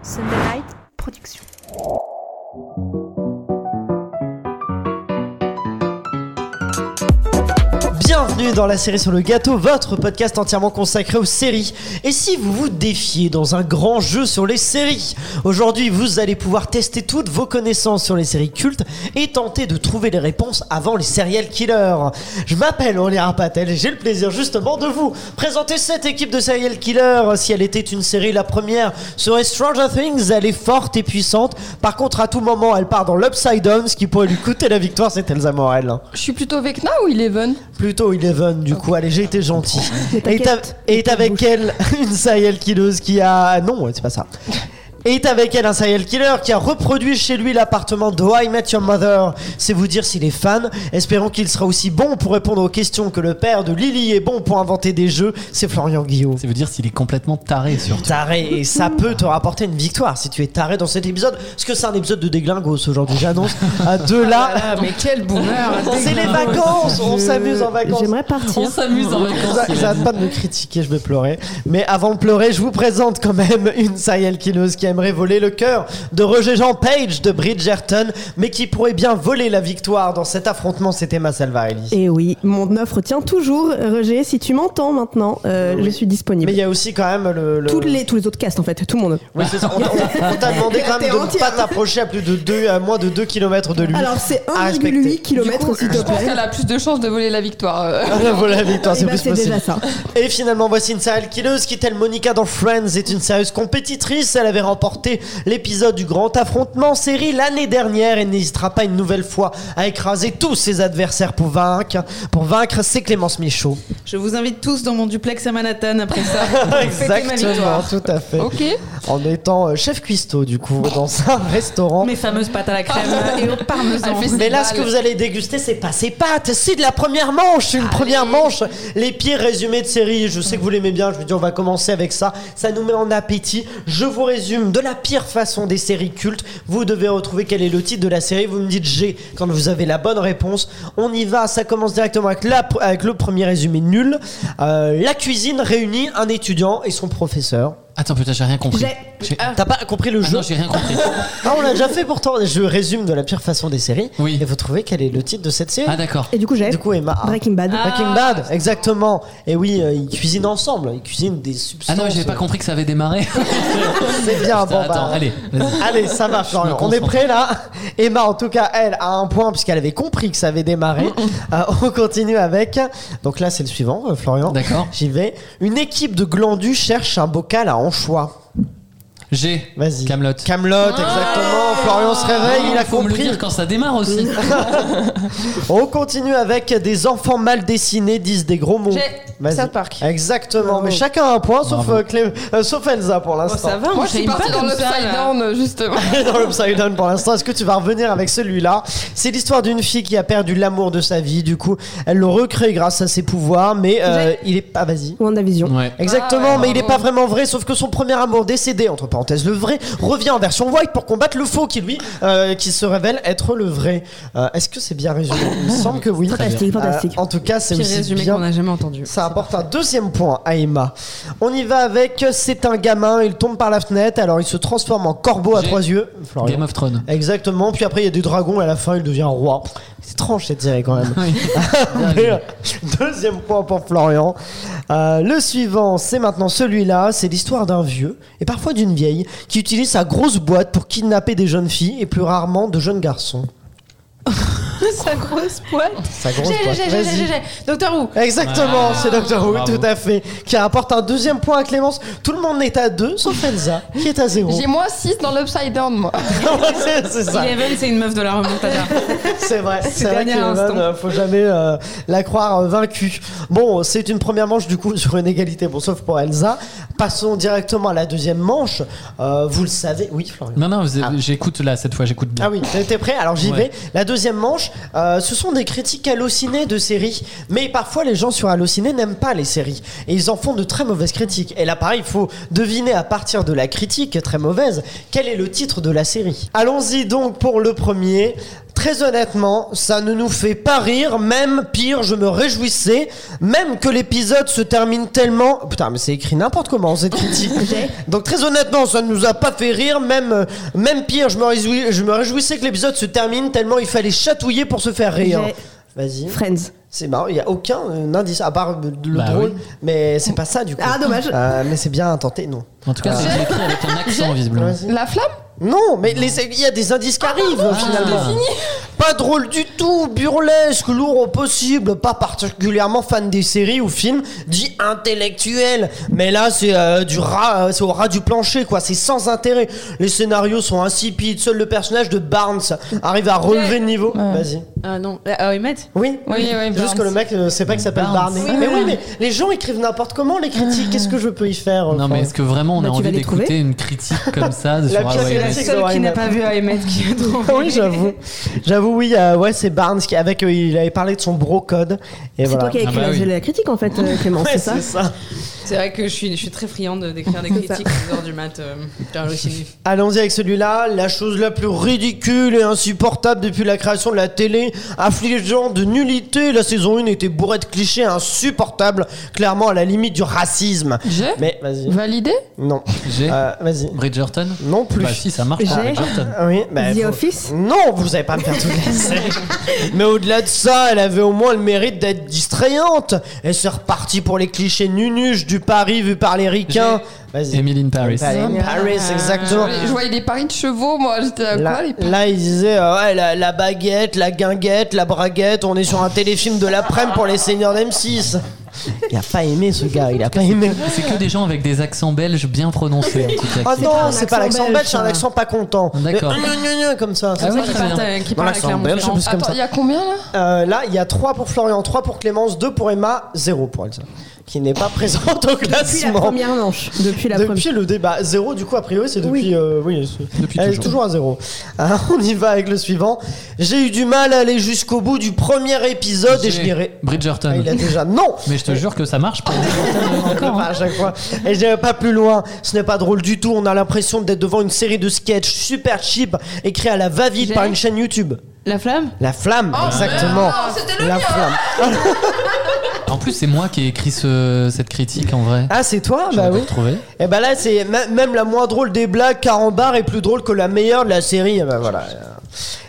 Sunday Night Production. Bienvenue dans la série sur le gâteau, votre podcast entièrement consacré aux séries. Et si vous vous défiez dans un grand jeu sur les séries, aujourd'hui vous allez pouvoir tester toutes vos connaissances sur les séries cultes et tenter de trouver les réponses avant les serial killers. Je m'appelle Oléa Patel et j'ai le plaisir justement de vous présenter cette équipe de serial killers. Si elle était une série, la première serait Stranger Things, elle est forte et puissante. Par contre, à tout moment, elle part dans l'upside down, ce qui pourrait lui coûter la victoire, c'est Elsa Morel. Je suis plutôt Vecna ou Eleven Plutôt Eleven, du coup. Allez, j'ai été gentil. Et est av- t'inquiète, et est avec elle une serial killeuse qui a. Non, c'est pas ça. Et est avec elle un serial killer qui a reproduit chez lui l'appartement de How I Met Your Mother. C'est vous dire s'il est fan. Espérons qu'il sera aussi bon pour répondre aux questions que le père de Lily est bon pour inventer des jeux. C'est Florian Guillaume. Ça veut dire s'il est complètement taré surtout. Taré, et ça peut te rapporter une victoire si tu es taré dans cet épisode. Parce que c'est un épisode de déglingos aujourd'hui, j'annonce. À deux là, Ah mais quel bonheur c'est Ah les vacances, on s'amuse en vacances. J'aimerais partir. s'amuse en Vous a- J'arrête pas de me critiquer, je vais pleurer. Mais avant de pleurer, je vous présente quand même une serial killeuse qui aimerait voler le cœur de Roger Jean Page de Bridgerton, mais qui pourrait bien voler la victoire dans cet affrontement. C'était ma Salvarelli. Et Eh oui, mon offre tient toujours. Roger, si tu m'entends maintenant, euh, je suis disponible. Mais il y a aussi quand même le. le- Toutes les, tous les autres castes, en fait, tout le monde. Oui, c'est ça. On, on- on t'a demandé quand même de ne T'es pas entière. t'approcher à plus de deux, à moins de 2 km de lui. Alors, c'est À respecter. 1,8 km, s'il Je te pense qu'elle plaît. a plus de chances de voler la victoire. euh. Ah, voilà, victoire, Eh c'est ben, plus c'est possible. déjà ça. Et finalement, voici une serial killeuse qui, telle Monica dans Friends, est une sérieuse compétitrice. Elle avait remporté l'épisode du grand affrontement en série l'année dernière et n'hésitera pas une nouvelle fois à écraser tous ses adversaires pour vaincre. Pour vaincre, c'est Clémence Michaud. Je vous invite tous dans mon duplex à Manhattan après ça. Fêtez ma Exactement, victoire. tout à fait. Oh. Ok. En étant euh, chef cuistot, du coup, dans un Oh. restaurant. Mes fameuses pâtes à la Ah. crème et au parmesan. Elle fait- Mais là, ce que vous allez déguster, c'est pas ces pâtes, c'est de la première manche, une première manche. Les pires résumés de série, je sais que vous l'aimez bien, je me dis on va commencer avec ça, ça nous met en appétit. Je vous résume de la pire façon des séries cultes. Vous devez retrouver quel est le titre de la série, vous me dites G quand vous avez la bonne réponse. On y va, ça commence directement avec, la, avec le premier résumé nul. Euh, la cuisine réunit un étudiant et son professeur. Attends, putain, j'ai rien compris. J'ai- J'ai- Ah T'as pas compris le jeu non, j'ai rien compris. Ah, on l'a déjà fait pourtant. Je résume de la pire façon des séries. Oui. Et vous trouvez quel est le titre de cette série Ah d'accord. Et du coup, j'ai Du coup, Emma. ah, Breaking Bad. Breaking Bad, exactement. Et oui, euh, ils cuisinent ensemble. Ils cuisinent des Ah substances. non, j'avais pas compris que ça avait démarré. C'est bien, euh. bon, Attends, bah, allez. vas-y. Allez, ça marche, Florian. On est concentre. prêt là Emma, en tout cas, elle a un point puisqu'elle avait compris que ça avait démarré. Euh, on continue avec. Donc là, c'est le suivant, euh, Florian. D'accord. J'y vais. Une équipe de glandus cherche un bocal à anchois. J'ai. Vas-y. Camelot. Ah, Camelot, exactement. Florian se réveille, il a Faut me le compris. dire quand ça démarre aussi. On continue avec des enfants mal dessinés disent des gros mots. J'ai Vas-y. South Park. Exactement, mais chacun a un point sauf, Bravo. euh, Clé- euh, sauf Elsa pour Oh, l'instant. ça va, Moi, je suis partie dans le l'upside down euh, justement. dans l'Upside Down pour l'instant. Est-ce que tu vas revenir avec celui-là C'est l'histoire d'une fille qui a perdu l'amour de sa vie. Du coup, elle le recrée grâce à ses pouvoirs, mais euh, il est pas. vas-y. WandaVision. Ouais. Exactement, Ah ouais, mais il est bravo. pas vraiment vrai, sauf que son premier amour décédé, entre parenthèses le vrai, revient en version white pour combattre le faux qui lui, euh, qui se révèle être le vrai. Euh, Est-ce que c'est bien résumé Il me semble que oui. Fantastique, Euh, fantastique. en tout cas, c'est Pire aussi résumé bien qu'on a jamais entendu. ça apporte un deuxième point à Emma. On y va avec euh, c'est un gamin, il tombe par la fenêtre, alors il se transforme en corbeau à J'ai- trois yeux. Florian. Game of Thrones. Exactement, puis après il y a des dragons et à la fin il devient roi. C'est étrange cette série quand même. Oui. Mais, euh, deuxième point pour Florian. Euh, le suivant, c'est maintenant celui-là, c'est l'histoire d'un vieux et parfois d'une vieille qui utilise sa grosse boîte pour kidnapper des jeunes filles et plus rarement de jeunes garçons. Sa grosse poêle. Sa grosse J'ai, boîte. j'ai, j'ai, Vas-y. j'ai, j'ai. Docteur Who. Exactement, Ah, c'est Doctor Who, bravo. tout à fait, qui rapporte un deuxième point à Clémence. Tout le monde est à 2, sauf Elsa, qui est à 0. J'ai moins 6 dans l'upside down moi. c'est c'est ça, Eleven, c'est une meuf de la remontada. c'est vrai. C'est vrai dernier qu'il instant. faut jamais euh, la croire euh, vaincue. Bon, c'est une première manche du coup sur une égalité, bon, sauf pour Elsa. Passons directement à la deuxième manche. Euh, vous le savez, oui, Florian. Non, non, vous- j'écoute là cette fois, j'écoute bien. Ah oui, t'es prêt Alors j'y Ouais. vais. La deuxième manche, euh, ce sont des critiques hallucinées de séries. Mais parfois, les gens sur halluciné n'aiment pas les séries. Et ils en font de très mauvaises critiques. Et là, pareil, il faut deviner à partir de la critique très mauvaise, quel est le titre de la série. Allons-y donc pour le premier. très honnêtement, ça ne nous fait pas rire, même pire, je me réjouissais, même que l'épisode se termine tellement. Putain, mais c'est écrit n'importe comment cette critique. Donc très honnêtement, ça ne nous a pas fait rire, même, euh, même pire, je me, réjouis- je me réjouissais que l'épisode se termine tellement il fallait chatouiller pour se faire rire. J'ai- Vas-y. Friends. C'est marrant, il n'y a aucun euh, indice, à part euh, le Bah drôle, oui. mais c'est pas ça du coup. Ah, dommage. Euh, mais c'est bien tenté, non. En tout cas, c'est écrit avec un accent, visiblement. Ah. Vas-y. La flamme Non, mais les- il y a des indices Ah qui arrivent finalement. c'était fini. Pas drôle du tout, burlesque, lourd au possible, pas particulièrement fan des séries ou films, dit intellectuel. Mais là, c'est euh, du rat, euh, c'est au ras du plancher, quoi. C'est sans intérêt. Les scénarios sont insipides. Seul le personnage de Barnes arrive à relever le niveau. Ouais. Vas-y. Ah non, ah, euh, Emmett Oui. Oui, oui, Juste Barnes. que le mec ne sait pas qu'il s'appelle Barnes. Barney. mais oui, mais les gens écrivent n'importe comment les critiques. Qu'est-ce que je peux y faire euh, Non, enfin mais est-ce que vraiment on a Bah, tu vas envie les d'écouter trouver une critique comme ça de La sur pire Hawaii C'est la Ouais, Five-O c'est seule vrai, qui n'a mais- pas vu Emmett qui a trouvé. oui, j'avoue. J'avoue, oui, euh, ouais, c'est Barnes qui, avec, euh, il avait parlé de son bro code. Et C'est voilà. toi qui as Ah écrit bah la- oui. la critique en fait, euh, Clément, Ouais, c'est ça c'est ça. C'est vrai que je suis, je suis très friande d'écrire des C'est ça. critiques à 10h du mat. euh, Carlo Cini. Allons-y avec celui-là, la chose la plus ridicule et insupportable depuis la création de la télé, affligeant de nullité, la saison 1 était bourrée de clichés insupportables, clairement à la limite du racisme. J'ai Mais vas-y, validé non, J'ai Euh, vas-y, Bridgerton non plus. Bah, si, ça marche pour J'ai- Bridgerton. Oui, bah, The faut- Office Non, vous avez pas me faire toute la série. Mais au-delà de ça, elle avait au moins le mérite d'être distrayante. Elle s'est repartie pour les clichés nunuches du Paris vu par les ricains. Vas-y. Emily in Paris. Paris, Paris, exactement. Je voyais des paris de chevaux, moi. J'étais à Là, quoi les paris là, il disait euh, ouais, la, la baguette, la guinguette, la braguette, on est sur un téléfilm de l'après-midi pour les seigneurs d'M6. Il a pas aimé ce gars, il a pas aimé. C'est que des gens avec des accents belges bien prononcés. en tout cas. Ah C'est- non, pas un c'est pas l'accent accent belge, belge, c'est un ça. accent pas content. D'accord. Le gna gna gna, Comme ça. Ah oui, Qui très bien. parle à- Qui Dans parle à l'accent Clermont-Ferrand. belge, plus comme Attends, ça. il y a combien là Euh, là, il y a 3 pour Florian, 3 pour Clémence, 2 pour Emma, 0 pour Elsa, qui n'est pas présente au Depuis la classement. première manche. Depuis la première. Depuis le débat, 0 du coup, a priori, c'est depuis. Oui. euh, oui, c'est- Depuis elle est toujours. toujours à 0. on y va avec le suivant. J'ai eu du mal à aller jusqu'au bout du premier épisode et je J'ai- dirais. oh, Ah, Bridgerton. il a déjà. Non Mais je te jure que ça marche pour Enfin, hein. à chaque fois. Et j'irai pas plus loin. Ce n'est pas drôle du tout. On a l'impression d'être devant une série de sketchs super cheap écrits à la va-vite J'ai- par une chaîne YouTube. La flamme La flamme, Oh, exactement. la flamme. En plus, c'est moi qui ai écrit ce- cette critique en vrai. Ah, c'est toi J'aurais Bah pas oui. retrouvé. Et bah là, c'est m- même la moins drôle des blagues, Carambar est plus drôle que la meilleure de la série. Et bah voilà.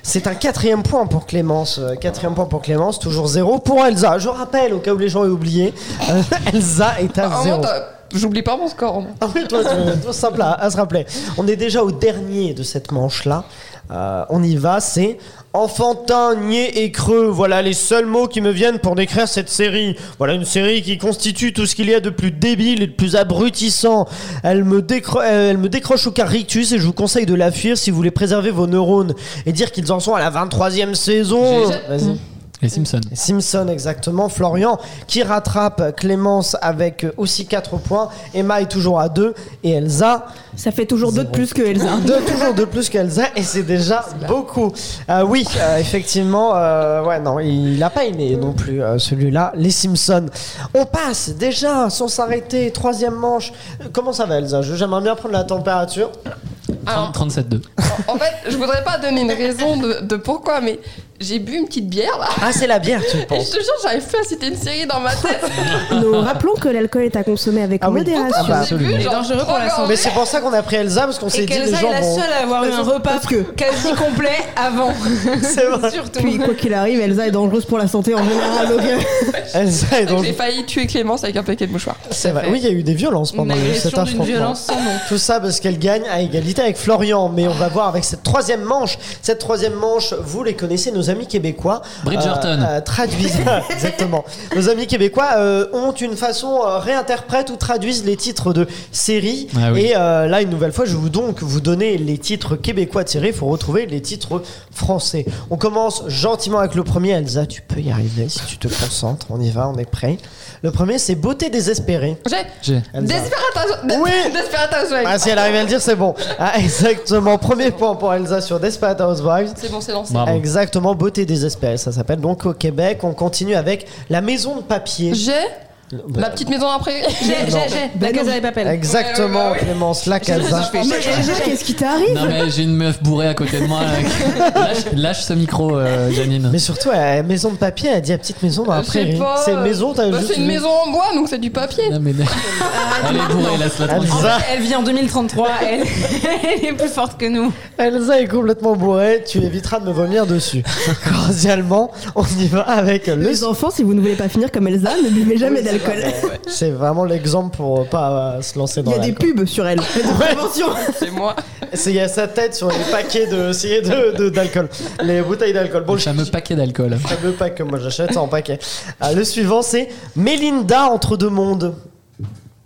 C'est un quatrième point pour Clémence. Euh, Quatrième point pour Clémence, toujours zéro pour Elsa. Je rappelle, au cas où les gens aient oublié, euh, Elsa est à Ah, moi, zéro. t'as- J'oublie pas mon score. moi. Ah oui, toi, tu- toi, simple à, à se rappeler. On est déjà au dernier de cette manche-là. Euh, on y va, c'est enfantin, niais et creux. Voilà les seuls mots qui me viennent pour décrire cette série. Voilà une série qui constitue tout ce qu'il y a de plus débile et de plus abrutissant. Elle me, décro- euh, elle me décroche au carictus et je vous conseille de la fuir si vous voulez préserver vos neurones et dire qu'ils en sont à la 23e saison. J'ai- Vas-y. Les Simpsons. Simpson exactement, Florian qui rattrape Clémence avec euh, aussi 4 points, Emma est toujours à 2 et Elsa Ça fait toujours deux de plus que Elsa. deux, toujours 2 plus qu'Elsa et c'est déjà beaucoup. Euh, oui, euh, effectivement, euh, ouais non, il n'a pas aimé non plus euh, celui-là, les Simpsons. On passe déjà sans s'arrêter, troisième manche. Euh, Comment ça va Elsa Je- J'aimerais bien prendre la température. 30 37-2. Ah, En fait, je voudrais pas donner une raison de, de pourquoi, mais j'ai bu une petite bière là. Ah c'est la bière tu Et je penses te jure, j'arrive plus à citer une série dans ma tête. Nous rappelons que l'alcool est à consommer avec Ah oui. modération. Ah bah, J'ai bu, absolument. genre, Dangereux pour trois la gorgées. santé. Mais c'est pour ça qu'on a pris Elsa parce qu'on s'est Et dit les qu'Elsa est gens la vont... seule à avoir eu un repas quasi complet avant. C'est vrai. Surtout. Puis quoi qu'il arrive, Elsa est dangereuse pour la santé en général. donc, euh, Elsa est C'est vrai donc... que J'ai failli tuer Clémence avec un paquet de mouchoirs. C'est vrai. fait. Oui, il y a eu des violences Une pendant cet agression d'une affrontement. violence sans nom. Tout ça parce qu'elle gagne à égalité avec Florian. Mais on va voir avec cette troisième manche. Cette troisième manche, vous les connaissez, nos amis québécois. Bridgerton. Euh, euh, traduisent. Exactement. Nos amis québécois euh, ont une façon, euh, réinterprètent ou traduisent les titres de séries. Ah oui. Et euh, là, une nouvelle fois, je vous donc vous donner les titres québécois de séries. Il faut retrouver les titres français. On commence gentiment avec le premier. Elsa, tu peux y arriver si tu te concentres. On y va, on est prêt. Le premier, c'est Beauté désespérée. J'ai. J'ai. Elsa. Desperate Housewives. Oui. Desperate Housewives. Ah, si elle arrive à le dire, c'est bon. Ah, exactement. Premier point pour Elsa sur Desperate Housewives. Ah, C'est bon, c'est lancé. Bravo. Exactement, beauté désespérée, ça s'appelle. Donc au Québec, on continue avec La Maison de Papier. bah, J'ai. La petite maison après. J'ai, Non. j'ai, j'ai. La non. Casa de Papel. Exactement, Clémence, la casa. Oh, mais Gégé, qu'est-ce qui t'arrive Non mais j'ai une meuf bourrée à côté de moi. là. Lâche, lâche ce micro, euh, Janine. Mais surtout, euh, maison de papier, elle dit la petite maison dans la Euh, je sais prairie. pas, C'est une euh, maison, t'as Bah, juste. c'est une maison en bois, donc c'est du papier. Non, mais- Ah, Elle est bourrée, laisse-la tranquille. Elsa, Elle vit en 2033, elle, elle est plus forte que nous. Elsa est complètement bourrée, tu éviteras de me vomir dessus. Cordialement, on y va avec le. Les enfants, si vous ne voulez pas finir comme Elsa, ne buvez jamais Ah, d'alcool. C'est vraiment l'exemple pour euh, pas euh, se lancer Il dans y a la. des pubs sur elle. Faites attention. C'est moi. C'est- Il y a sa tête sur les paquets de d'alcool, de, d'alcool. les bouteilles d'alcool. Bon, Le le fameux paquet d'alcool. fameux pack que moi j'achète ça en paquet. Ah, le suivant c'est Melinda entre deux mondes.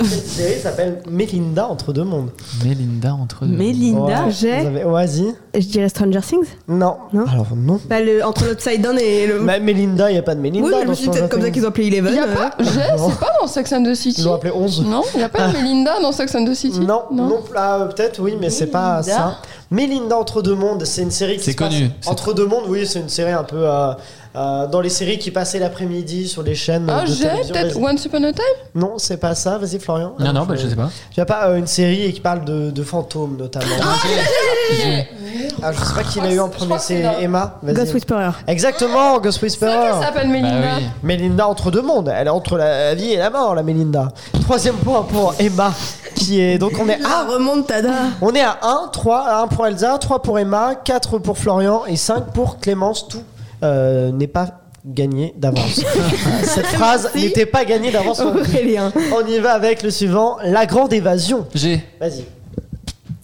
Cette série s'appelle Melinda entre deux mondes. Mélinda entre deux. Mélinda, Ouais, j'ai. vous avez- ouais, vas-y. Je dirais Stranger Things Non. Non. Alors non. Bah, le, entre l'Upside Down et le. Mais Melinda, il n'y a pas de Bah, Melinda. oui, mais je dans me suis dit, Stranger peut-être comme ça Things. qu'ils ont appelé Eleven. Il y a euh. pas. J'ai, c'est pas dans Sex and the City. Ils l'ont appelé 11. Non, il n'y a pas de Melinda dans Sex and the City. Ah. Non, non, là, euh, peut-être, oui, mais c'est pas Melinda. ça. Melinda Entre deux mondes, c'est une série qui C'est se passe- connu. C'est Entre deux mondes, oui, c'est une série un peu euh, euh, dans les séries qui passaient l'après-midi sur les chaînes. euh, Ah, de j'ai télévision. peut-être Vas-y. Once Upon a Time Non, c'est pas ça. Vas-y, Florian. Non, non, bah, je sais pas. Tu as pas euh, une série et qui parle de, de fantômes notamment. Ah, je sais pas qui l'a eu en Je crois premier, que c'est c'est là. Emma. vas-y. Ghost Whisperer. Exactement, Ghost Elle Whisperer. s'appelle Bah Melinda. oui. Melinda entre deux mondes, elle est entre la vie et la mort, la Melinda. Troisième point pour Emma, qui est donc on est Ah, à remonte Tada. on est à 1, 3, 1 pour Elsa, 3 pour Emma, 4 pour Florian et 5 pour Clémence. Tout euh, n'est pas gagné d'avance. Euh, Cette phrase Merci. n'était pas gagnée d'avance. Aurélien. On y va avec le suivant, la grande évasion. J'ai. Vas-y.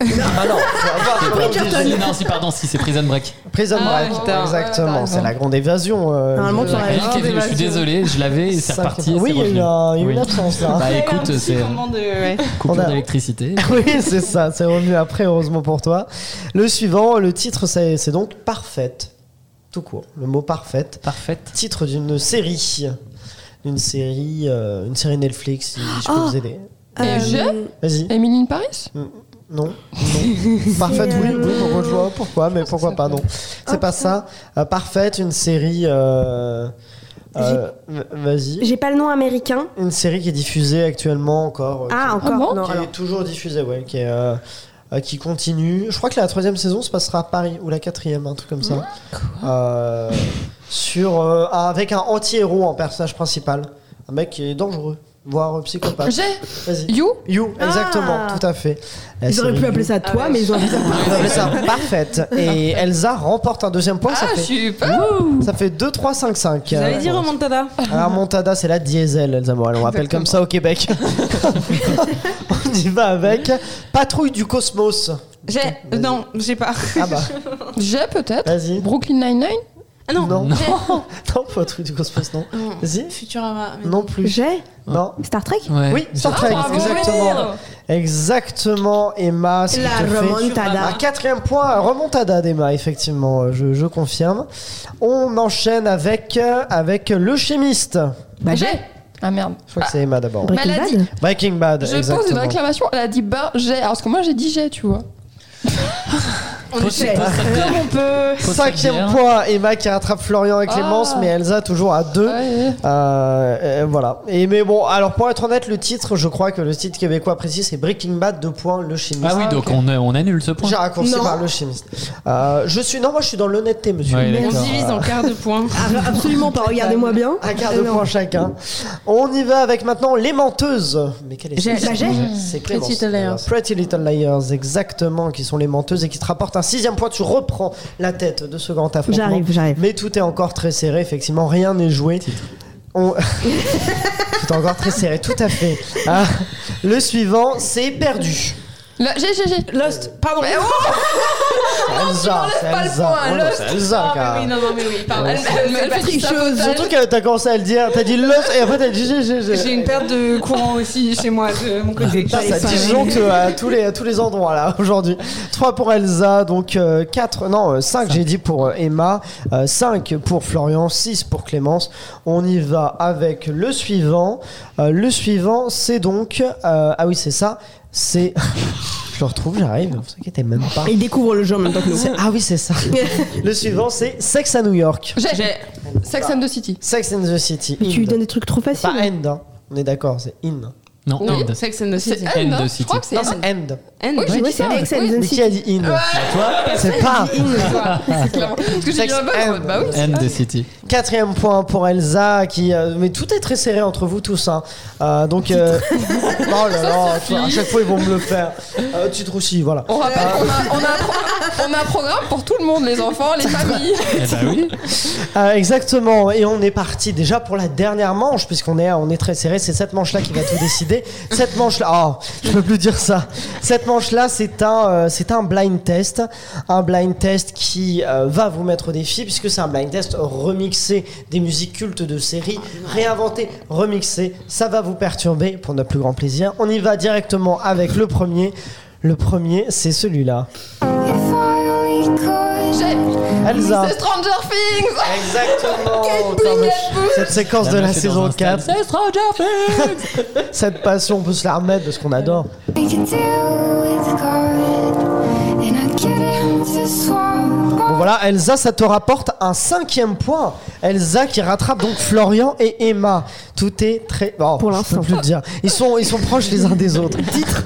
Ah non, faut avoir des vrais Bridgerton. origines. Non, si, pardon, si, c'est Prison Break. Prison Ah, Break, putain. exactement, Ouais, c'est la grande évasion. euh, Normalement, de- tu aurais- Rien qui est venu, je suis désolé, je l'avais et c'est Cinq- reparti. Oui, c'est il y a eu revenu. un- il y a eu Oui. une absence là. Bah Elle a un écoute, petit c'est moment de- ouais. On coupure a- d'électricité. Oui, c'est ça, c'est revenu après, heureusement pour toi. Le suivant, le titre, c'est c'est donc Parfaite. Tout court, le mot parfaite. Parfaite. Titre d'une série. Une série, euh, une série Netflix, si je peux Ah. vous aider. Et Euh, Vas-y. Emily in Paris Non. non. Parfaite, oui, oui, pourquoi, je vois, pourquoi, mais pourquoi pas, non. C'est pas ça. Euh, Parfaite, une série. euh, euh, v- Vas-y. J'ai pas le nom américain. Une série qui est diffusée actuellement encore. euh, Ah, encore. Ah bon non, qui alors. est toujours diffusée, ouais, qui, est, euh, euh, qui continue. Je crois que la troisième saison se passera à Paris, ou la quatrième, un truc comme ça. Euh, sur, euh, avec un anti-héros en personnage principal. Un mec qui est dangereux, voire euh, psychopathe. J'ai. Vas-y. You You, Ah. exactement, tout à fait. La Ils auraient série pu appeler You. ça toi, mais ils ont appelé ça Ils ont appelé ça parfaite. Et Elsa remporte un deuxième point, ça Ah, fait. super Ça fait 2, 3, 5, 5. J'avais dit remontada. Alors Montada, c'est la diesel, Elsa Moral. On rappelle comme ça au Québec. on y va avec Patrouille du Cosmos. J'ai. Vas-y. Non, j'ai pas. Ah bah, J'ai peut-être. vas-y. Brooklyn Nine-Nine Ah non. Non. J'ai. Non, Patrouille du Cosmos, non. Vas-y. Futurama. mais- Non plus. J'ai Non. Star Trek Ouais. Oui, Star Trek, bravo. exactement. Exactement, Emma. c'est La tout à fait. remontada. Un quatrième point, remontada d'Emma, effectivement, euh, je, je confirme. On enchaîne avec, euh, avec le chimiste. Bah, J'ai. Ah merde. Je crois que c'est Emma d'abord. Breaking Maladie. Bad Breaking Bad, Je pose une exactement. réclamation, elle a dit ben j'ai. Alors parce que moi j'ai dit j'ai, tu vois. On Pose- essaie. pose cette bière. Comme on peut. Pose cette Cinquième bière. point, Emma qui rattrape Florian et Clémence, Ah. mais Elsa toujours à deux. Ouais. Euh, euh, voilà. Et mais bon, alors pour être honnête, le titre, je crois que le titre québécois précis, c'est Breaking Bad de point le chimiste. Ah oui, donc on, euh, on annule ce point. J'ai raccourci Non. par le chimiste. Euh, je suis non, moi je suis dans l'honnêteté, monsieur. Ouais, On d'accord. divise en quart de point. Ah, Absolument pas, regardez-moi bien. Un quart de Non. point chacun. On y va avec maintenant les menteuses. Mais quelle est J'ai- cette- bah, j'ai. C'est Clémence. Pretty Little Liars. Pretty Little Liars, exactement, qui sont les menteuses et qui te rapportent un sixième point. Tu reprends la tête de ce grand affrontement. J'arrive, j'arrive. Mais tout est encore très serré, effectivement, rien n'est joué. On- tout est encore très serré, tout à fait. Ah, le suivant, c'est perdu. Oh, Là, J'ai, j'ai, j'ai. Lost. Pardon. Mais oh, C'est Elsa, c'est pas le Elsa. point, Oh non, c'est Elsa, Ah, mais car- oui, non, non, mais oui. Pardon. Ouais. Elle- elle- elle fait Patrick ça Chose, faute. Surtout que t'as commencé à le dire, t'as dit l'os et après t'as dit GGG. J'ai une perte de courant aussi chez moi, de mon côté. Putain, ça disjoncte à euh, tous les, à tous les endroits là aujourd'hui. 3 pour Elsa, donc 4, non 5 j'ai dit pour euh, Emma, 5 pour Florian, 6 pour Clémence. On y va avec le suivant. Euh, le suivant c'est donc, euh, ah oui c'est ça, c'est... Je le retrouve, j'arrive, ne vous inquiétez même pas. Et Il découvre le jeu en même temps que nous. C'est- Ah oui c'est ça. Le suivant c'est Sex à New York. J'ai. Sex and the City. Sex in the City. Mais tu lui Ind. donnes des trucs trop faciles. Pas end, hein. On est d'accord, c'est in. Non, Non. End. Sex and the C'est City. N, End hein. de Je City. crois que c'est Non, N. c'est end. N, Oui, j'ai oui, dit c'est ça. Sex and Oui, the Mais City. Ah, qui a dit in Ouais. C'est pas. c'est toi, c'est clairement. Parce que j'ai Sex dit là-bas, en N. mode, bah oui, c'est End ça. de City. Quatrième point pour Elsa, qui. euh, mais tout est très serré entre vous tous, hein. Euh, donc. euh, oh là là, suffit. à chaque fois ils vont me le faire. Euh, titre aussi, voilà. On rappelle qu'on a, on a un pro- on a un programme pour tout le monde, les enfants, les familles. Eh bah oui. Euh, exactement, et on est parti déjà pour la dernière manche, puisqu'on est, on est très serré, c'est cette manche-là qui va tout décider. Cette manche-là, oh, je peux plus dire ça. Cette manche-là, c'est un, euh, c'est un blind test, un blind test qui euh, va vous mettre au défi, puisque c'est un blind test remixé des musiques cultes de séries, réinventées, remixées, ça va vous perturber pour notre plus grand plaisir. On y va directement avec le premier. Le premier, c'est celui-là. If I only could, J'ai- Elsa. C'est Stranger Things Exactement. Cette séquence La de la meuf est dans saison un 4. stade. C'est Cette passion, on peut se la remettre parce qu'on adore. make a deal with God, and I'd get him to swap Bon voilà, Elsa, ça te rapporte un cinquième point. Elsa qui rattrape donc Florian et Emma. Tout est très... Bon, Pour je l'instant. peux plus le dire. Ils sont, ils sont proches les uns des autres. Titre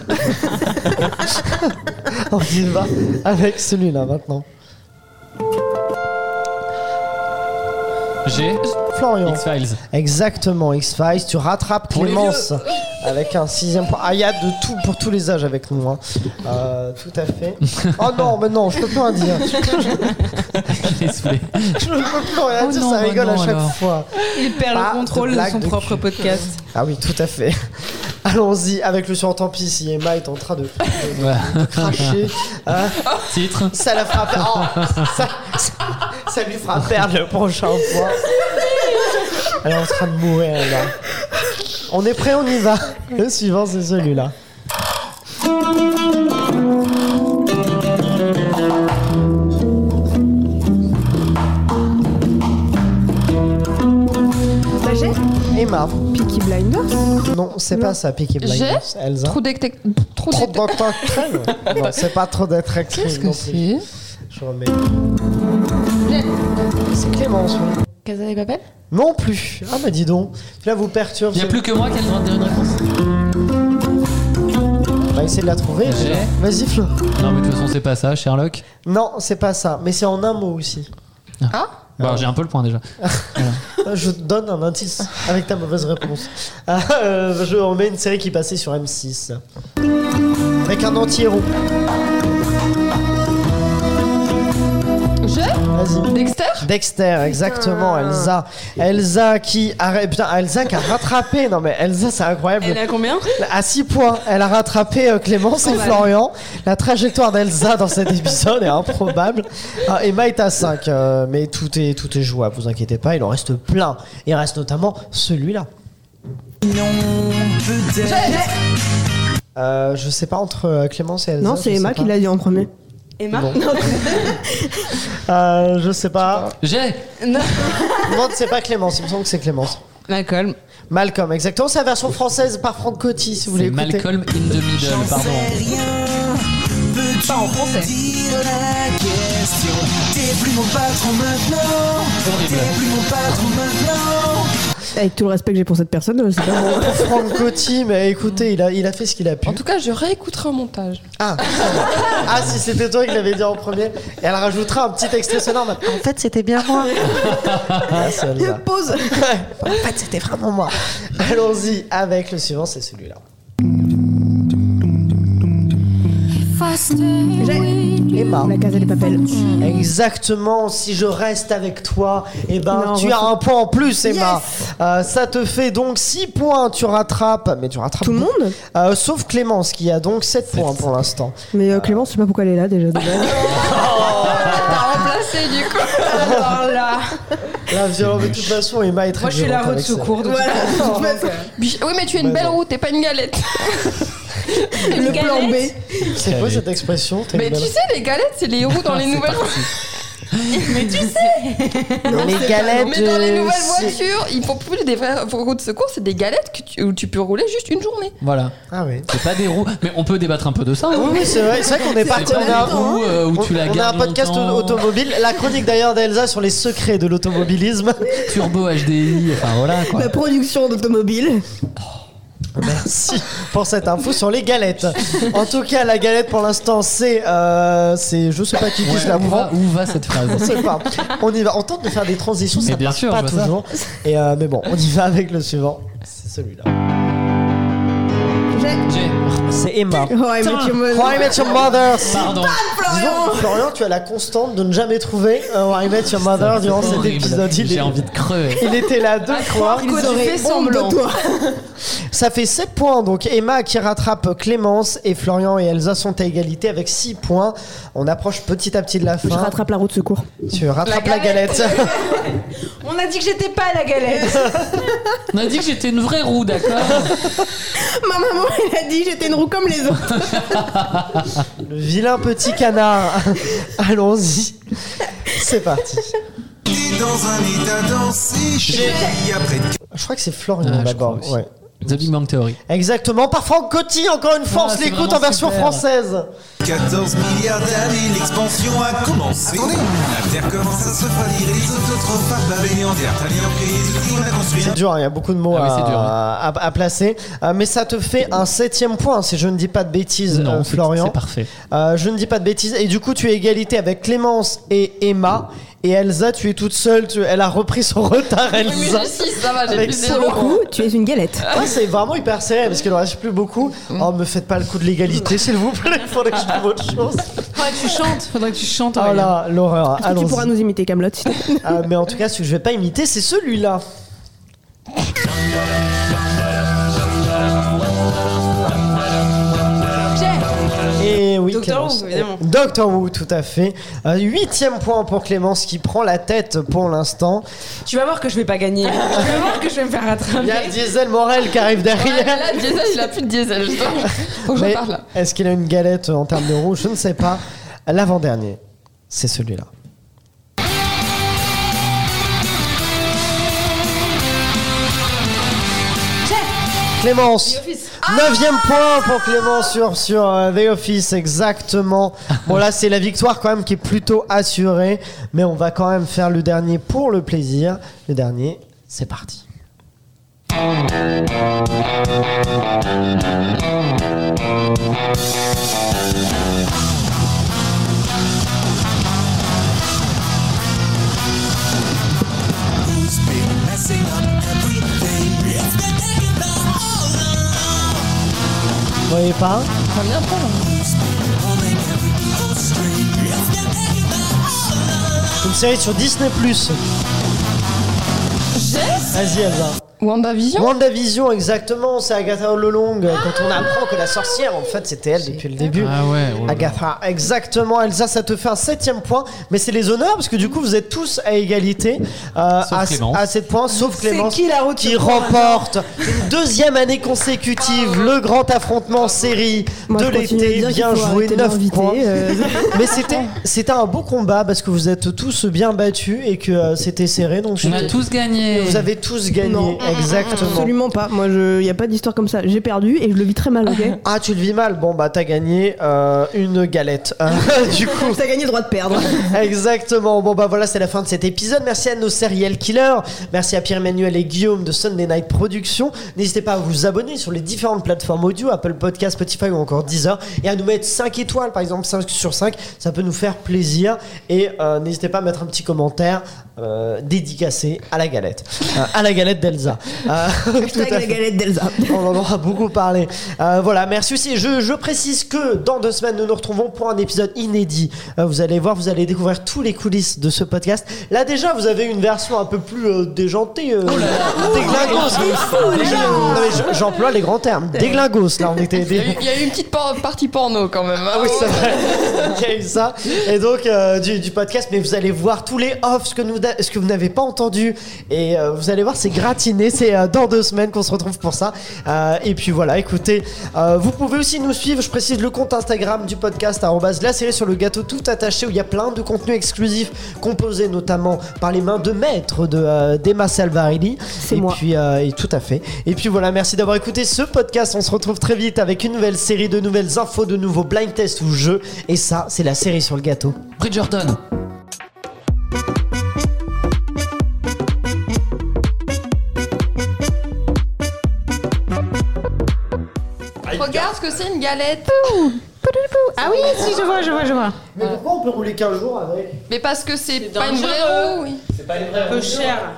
On y va avec celui-là maintenant. G. Florian. X-Files. Exactement, X-Files, tu rattrapes Pour les Clémence avec un sixième point. Ah, il y a de tout pour tous les âges avec nous. hein. Euh, tout à fait. Oh non, mais non, je peux plus rien dire. Je l'ai saoulé. Je peux plus rien Oh dire, non, ça bah rigole à non, chaque alors. fois. Il perd Pas le contrôle de de, blague son de propre cul. podcast. Ah oui, tout à fait. Allons-y avec le sur tant pis si Emma est en train de, de Voilà. cracher. Hein, Titre. ça la fera perdre. oh, ça, ça- ça lui fera perdre le prochain point. Elle est en train de mourir là. On est prêt, on y va. Le suivant, c'est celui-là. J'ai Emma. Peaky Blinders. Non, c'est pas ça, Peaky Blinders. Elsa. Trou détect... Trou Trop détect... d'actrice. Non, c'est pas trop d'actrice. Qu'est-ce que non plus. c'est Je remets. C'est Clémence. oui. Casa des Papel Non plus. Ah bah dis donc. Là vous perturbe. Il n'y a plus que moi qui ai le droit de dire une réponse. On va essayer de la trouver. J'ai. Vas-y Flo. Non, mais de toute façon, c'est pas ça, Sherlock. Non, c'est pas ça. Mais c'est en un mot aussi. Bon, j'ai un peu le point déjà. Euh, Je te donne un indice avec ta mauvaise réponse. Ah, euh, je remets une série qui passait sur M6. Avec un anti-héros. Je Vas-y. Dexter Dexter, exactement, Elsa. Elsa qui a, putain, Elsa qui a rattrapé. Non mais Elsa, c'est incroyable. Elle est à combien À 6 points, elle a rattrapé euh, Clémence et Quand même. Florian. La trajectoire d'Elsa dans cet épisode est improbable. Ah, Emma est à 5, mais tout est, tout est jouable, vous inquiétez pas, il en reste plein. Il reste notamment celui-là. Euh, je sais pas entre euh, Clémence et Elsa. Non, c'est je Emma sais qui pas. l'a dit en premier. Emma Bon. Euh, je sais pas. J'ai. Non, c'est pas Clémence, il me semble que c'est Clémence. Malcolm. Malcolm, exactement. C'est la version française par Franck Coty, si vous voulez C'est écouter. Malcolm in the Middle, pardon. Pas en français. Horrible. Avec tout le respect que j'ai pour cette personne, je sais pas. Bon, Franck Coty, mais écoutez, il a, il a fait ce qu'il a pu. En tout cas, je réécouterai au montage. Ah, ah si c'était toi qui l'avais dit en premier. Et elle rajoutera un petit extrait sonore. mais En fait, c'était bien moi. Ah, c'est Elsa. Pause En fait, c'était vraiment moi. Allons-y avec le suivant, c'est celui-là. faster. with you. Emma. La Casa des Papel. Exactement, si je reste avec toi, eh ben Non, tu on as va- un point en plus, Emma. Euh, ça te fait donc 6 points, tu rattrapes. Mais tu rattrapes Tout le monde Euh, sauf Clémence qui a donc 7 points pour l'instant. Mais euh, Clémence, je sais pas pourquoi elle est là déjà. de base. Ah, T'as remplacé du coup Alors là, La violence, de toute façon, Emma est très moi je suis la violente roue de avec ça. secours. de toute façon. Donc, euh, Bi- Oui, mais tu es une Bah belle non. roue, t'es pas une galette. le C'est quoi cette expression T'es Mais une tu belle- Ah, sais, les galettes, c'est les roues dans les nouvelles. Mais tu sais les Mais dans les euh, nouvelles c'est- voitures, il faut plus des vraies roues de secours, c'est des galettes que tu- où tu peux rouler juste une journée. Voilà. Ah oui. C'est pas des roues. Mais on peut débattre un peu de ça. hein. Oui, oui, c'est vrai, c'est vrai qu'on est parti. C'est On pas a, des roues euh, où tu la on a gardes un podcast longtemps. automobile. La chronique d'ailleurs d'Elsa sur les secrets de l'automobilisme. Turbo HDI. Enfin voilà quoi. La production d'automobile. Merci pour cette info sur les galettes. En tout cas, la galette pour l'instant, c'est. euh, c'est je sais pas qui qui Ouais, se la où, prend. va, où va cette On phrase sait pas. On y va. On tente de faire des transitions, Mais ça bien marche sûr, pas je vois ça. toujours. Et euh, mais bon, on y va avec le suivant. C'est celui-là. J'ai- C'est Emma. Oh, mais tu me- How I Met Your Mother. c'est- Pardon. Disons, Florian, tu as la constante de ne jamais trouver euh, How I Met Your Mother C'est durant cet horrible. épisode. Il, J'ai est- envie de crever. il était là deux fois. Ils tu auraient fais honte semblant. de toi. Ça fait 7 points, donc Emma qui rattrape Clémence et Florian et Elsa sont à égalité avec 6 points. On approche petit à petit de la fin. Je rattrape la roue de secours. Tu rattrapes La la galette. On a dit que j'étais pas à la galette. On a dit que j'étais une vraie roue, d'accord Ma maman, elle a dit j'étais une roue comme les autres. Le vilain petit canard. Allons-y. C'est parti. T'es dans un état dansé, chérie, après Je crois que c'est Florian Ah, je d'abord. crois aussi. ouais. The Big Bang Theory. Exactement, par Franck Coty, encore une fois, Ah, on se c'est l'écoute vraiment en version super. française. 14 milliards d'années, l'expansion a commencé. La Terre commence à se fadir et les autres trop fables anéantir. T'as bien pris, on a construit C'est dur, hein, il y a beaucoup de mots Ah oui, à, c'est dur, hein. à- à placer. Euh, mais ça te fait un septième point, si je ne dis pas de bêtises, euh, c'est- Florian. C'est parfait. Euh, je ne dis pas de bêtises. Et du coup, tu es égalité avec Clémence et Emma. Et Elsa, tu es toute seule. tu- Elle a repris son retard, Oui, mais Elsa. j'ai 6, ça va, j'ai Avec plus ça, Pour le zéro. coup, tu es une galette. Ah, c'est vraiment hyper serré parce qu'il en reste plus beaucoup. Mm. Oh, me faites pas le coup de l'égalité, s'il vous plaît. Faudrait que je trouve autre chose. Faudrait que tu chantes. Faudrait que tu chantes. Oh Aurélien. là, l'horreur. Est-ce que tu Allons. pourras nous imiter Camelot si tu- Ah, mais en tout cas, ce que je vais pas imiter, c'est celui-là. Et Eh oui, Doctor Clémence. Who, évidemment. Doctor Who, tout à fait. Euh, huitième point pour Clémence qui prend la tête pour l'instant. Tu vas voir que je vais pas gagner. tu vas voir que je vais me faire Il y rattraper. a Diesel Morel qui arrive Ouais, mais derrière. là, le diesel, il a plus de diesel, je dois- Faut que Mais je parle là. est-ce qu'il a une galette en termes de roue Je ne sais pas. L'avant-dernier, c'est celui-là. Clémence, Ah neuvième point pour Clémence sur, sur euh, The Office, exactement. Bon là c'est la victoire quand même qui est plutôt assurée, mais on va quand même faire le dernier pour le plaisir. Le dernier, c'est parti. Who's been messing up everything? It's been taking the whole night. Vous voyez pas Who's been holding every evil string? It's been taking the whole night. Une série sur Disney+. Vas-y Elsa. WandaVision WandaVision, exactement, c'est Agatha Hololong. Quand on apprend que la sorcière, en fait, c'était elle depuis le début. Ah ouais. oh là là. Agatha, exactement, Elsa, ça te fait un septième point, mais c'est les honneurs parce que du coup vous êtes tous à égalité euh, Sauf à, Clémence. à 7 points, sauf Clémence qui la route qui se prend, remporte une deuxième année consécutive le grand affrontement série Moi, de je continue à l'été. dire qu'il Bien faut joué, arrêter 9 d'inviter, points. euh, Mais c'était c'était un beau combat parce que vous êtes tous bien battus et que euh, c'était serré, donc On a j'étais- tous gagné. vous avez tous gagné, Non. exactement. Absolument pas. Moi, il n'y a pas d'histoire comme ça. J'ai perdu et je le vis très mal, ok Ah, tu le vis mal. Bon, bah, t'as gagné euh, une galette. Euh, du coup, T'as gagné le droit de perdre. exactement. Bon, bah, voilà, c'est la fin de cet épisode. Merci à nos serial killers. Merci à Pierre-Emmanuel et Guillaume de Sunday Night Productions. N'hésitez pas à vous abonner sur les différentes plateformes audio, Apple Podcast, Spotify ou encore Deezer, et à nous mettre 5 étoiles, par exemple, 5 sur 5. Ça peut nous faire plaisir. Et euh, n'hésitez pas à mettre un petit commentaire euh, dédicacé à la galette. Euh, à la galette d'Elsa. Euh, tout Ah. Hashtag à la fait. galette d'Elsa. On en aura beaucoup parlé. Euh, voilà, merci aussi. Je, je précise que dans deux semaines, nous nous retrouvons pour un épisode inédit. Euh, vous allez voir, vous allez découvrir tous les coulisses de ce podcast. Là, déjà, vous avez une version un peu plus euh, déjantée. Oh euh, déglingos. Non, mais je- J'emploie les grands termes. Déglingos, là, on était. Il y a eu- il y a eu une petite por- partie porno quand même. hein. Ah oui, c'est vrai. Il y a eu ça. Et donc, euh, du, du podcast, mais vous allez voir tous les offs, ce que, nous, da- ce que vous n'avez pas entendu. Et euh, vous allez voir, c'est gratiné désolé, c'est euh, dans deux semaines qu'on se retrouve pour ça. Euh, et puis voilà, écoutez, euh, vous pouvez aussi nous suivre, je précise le compte Instagram du podcast, arrobase la série sur le gâteau tout attaché, où il y a plein de contenus exclusifs composés notamment par les mains de maître de, euh, d'Emma Salvarelli. C'est Et moi. puis, euh, et tout à fait. Et puis voilà, merci d'avoir écouté ce podcast. On se retrouve très vite avec une nouvelle série, de nouvelles infos, de nouveaux blind tests ou jeux. Et ça, c'est la série sur le gâteau. Bridgerton Regarde ce que c'est une galette. Ah oui, si, je vois, je vois, je vois. Mais pourquoi on peut rouler 15 jours avec Mais parce que c'est pas une dangereux. vraie roue, oui. Peu cher.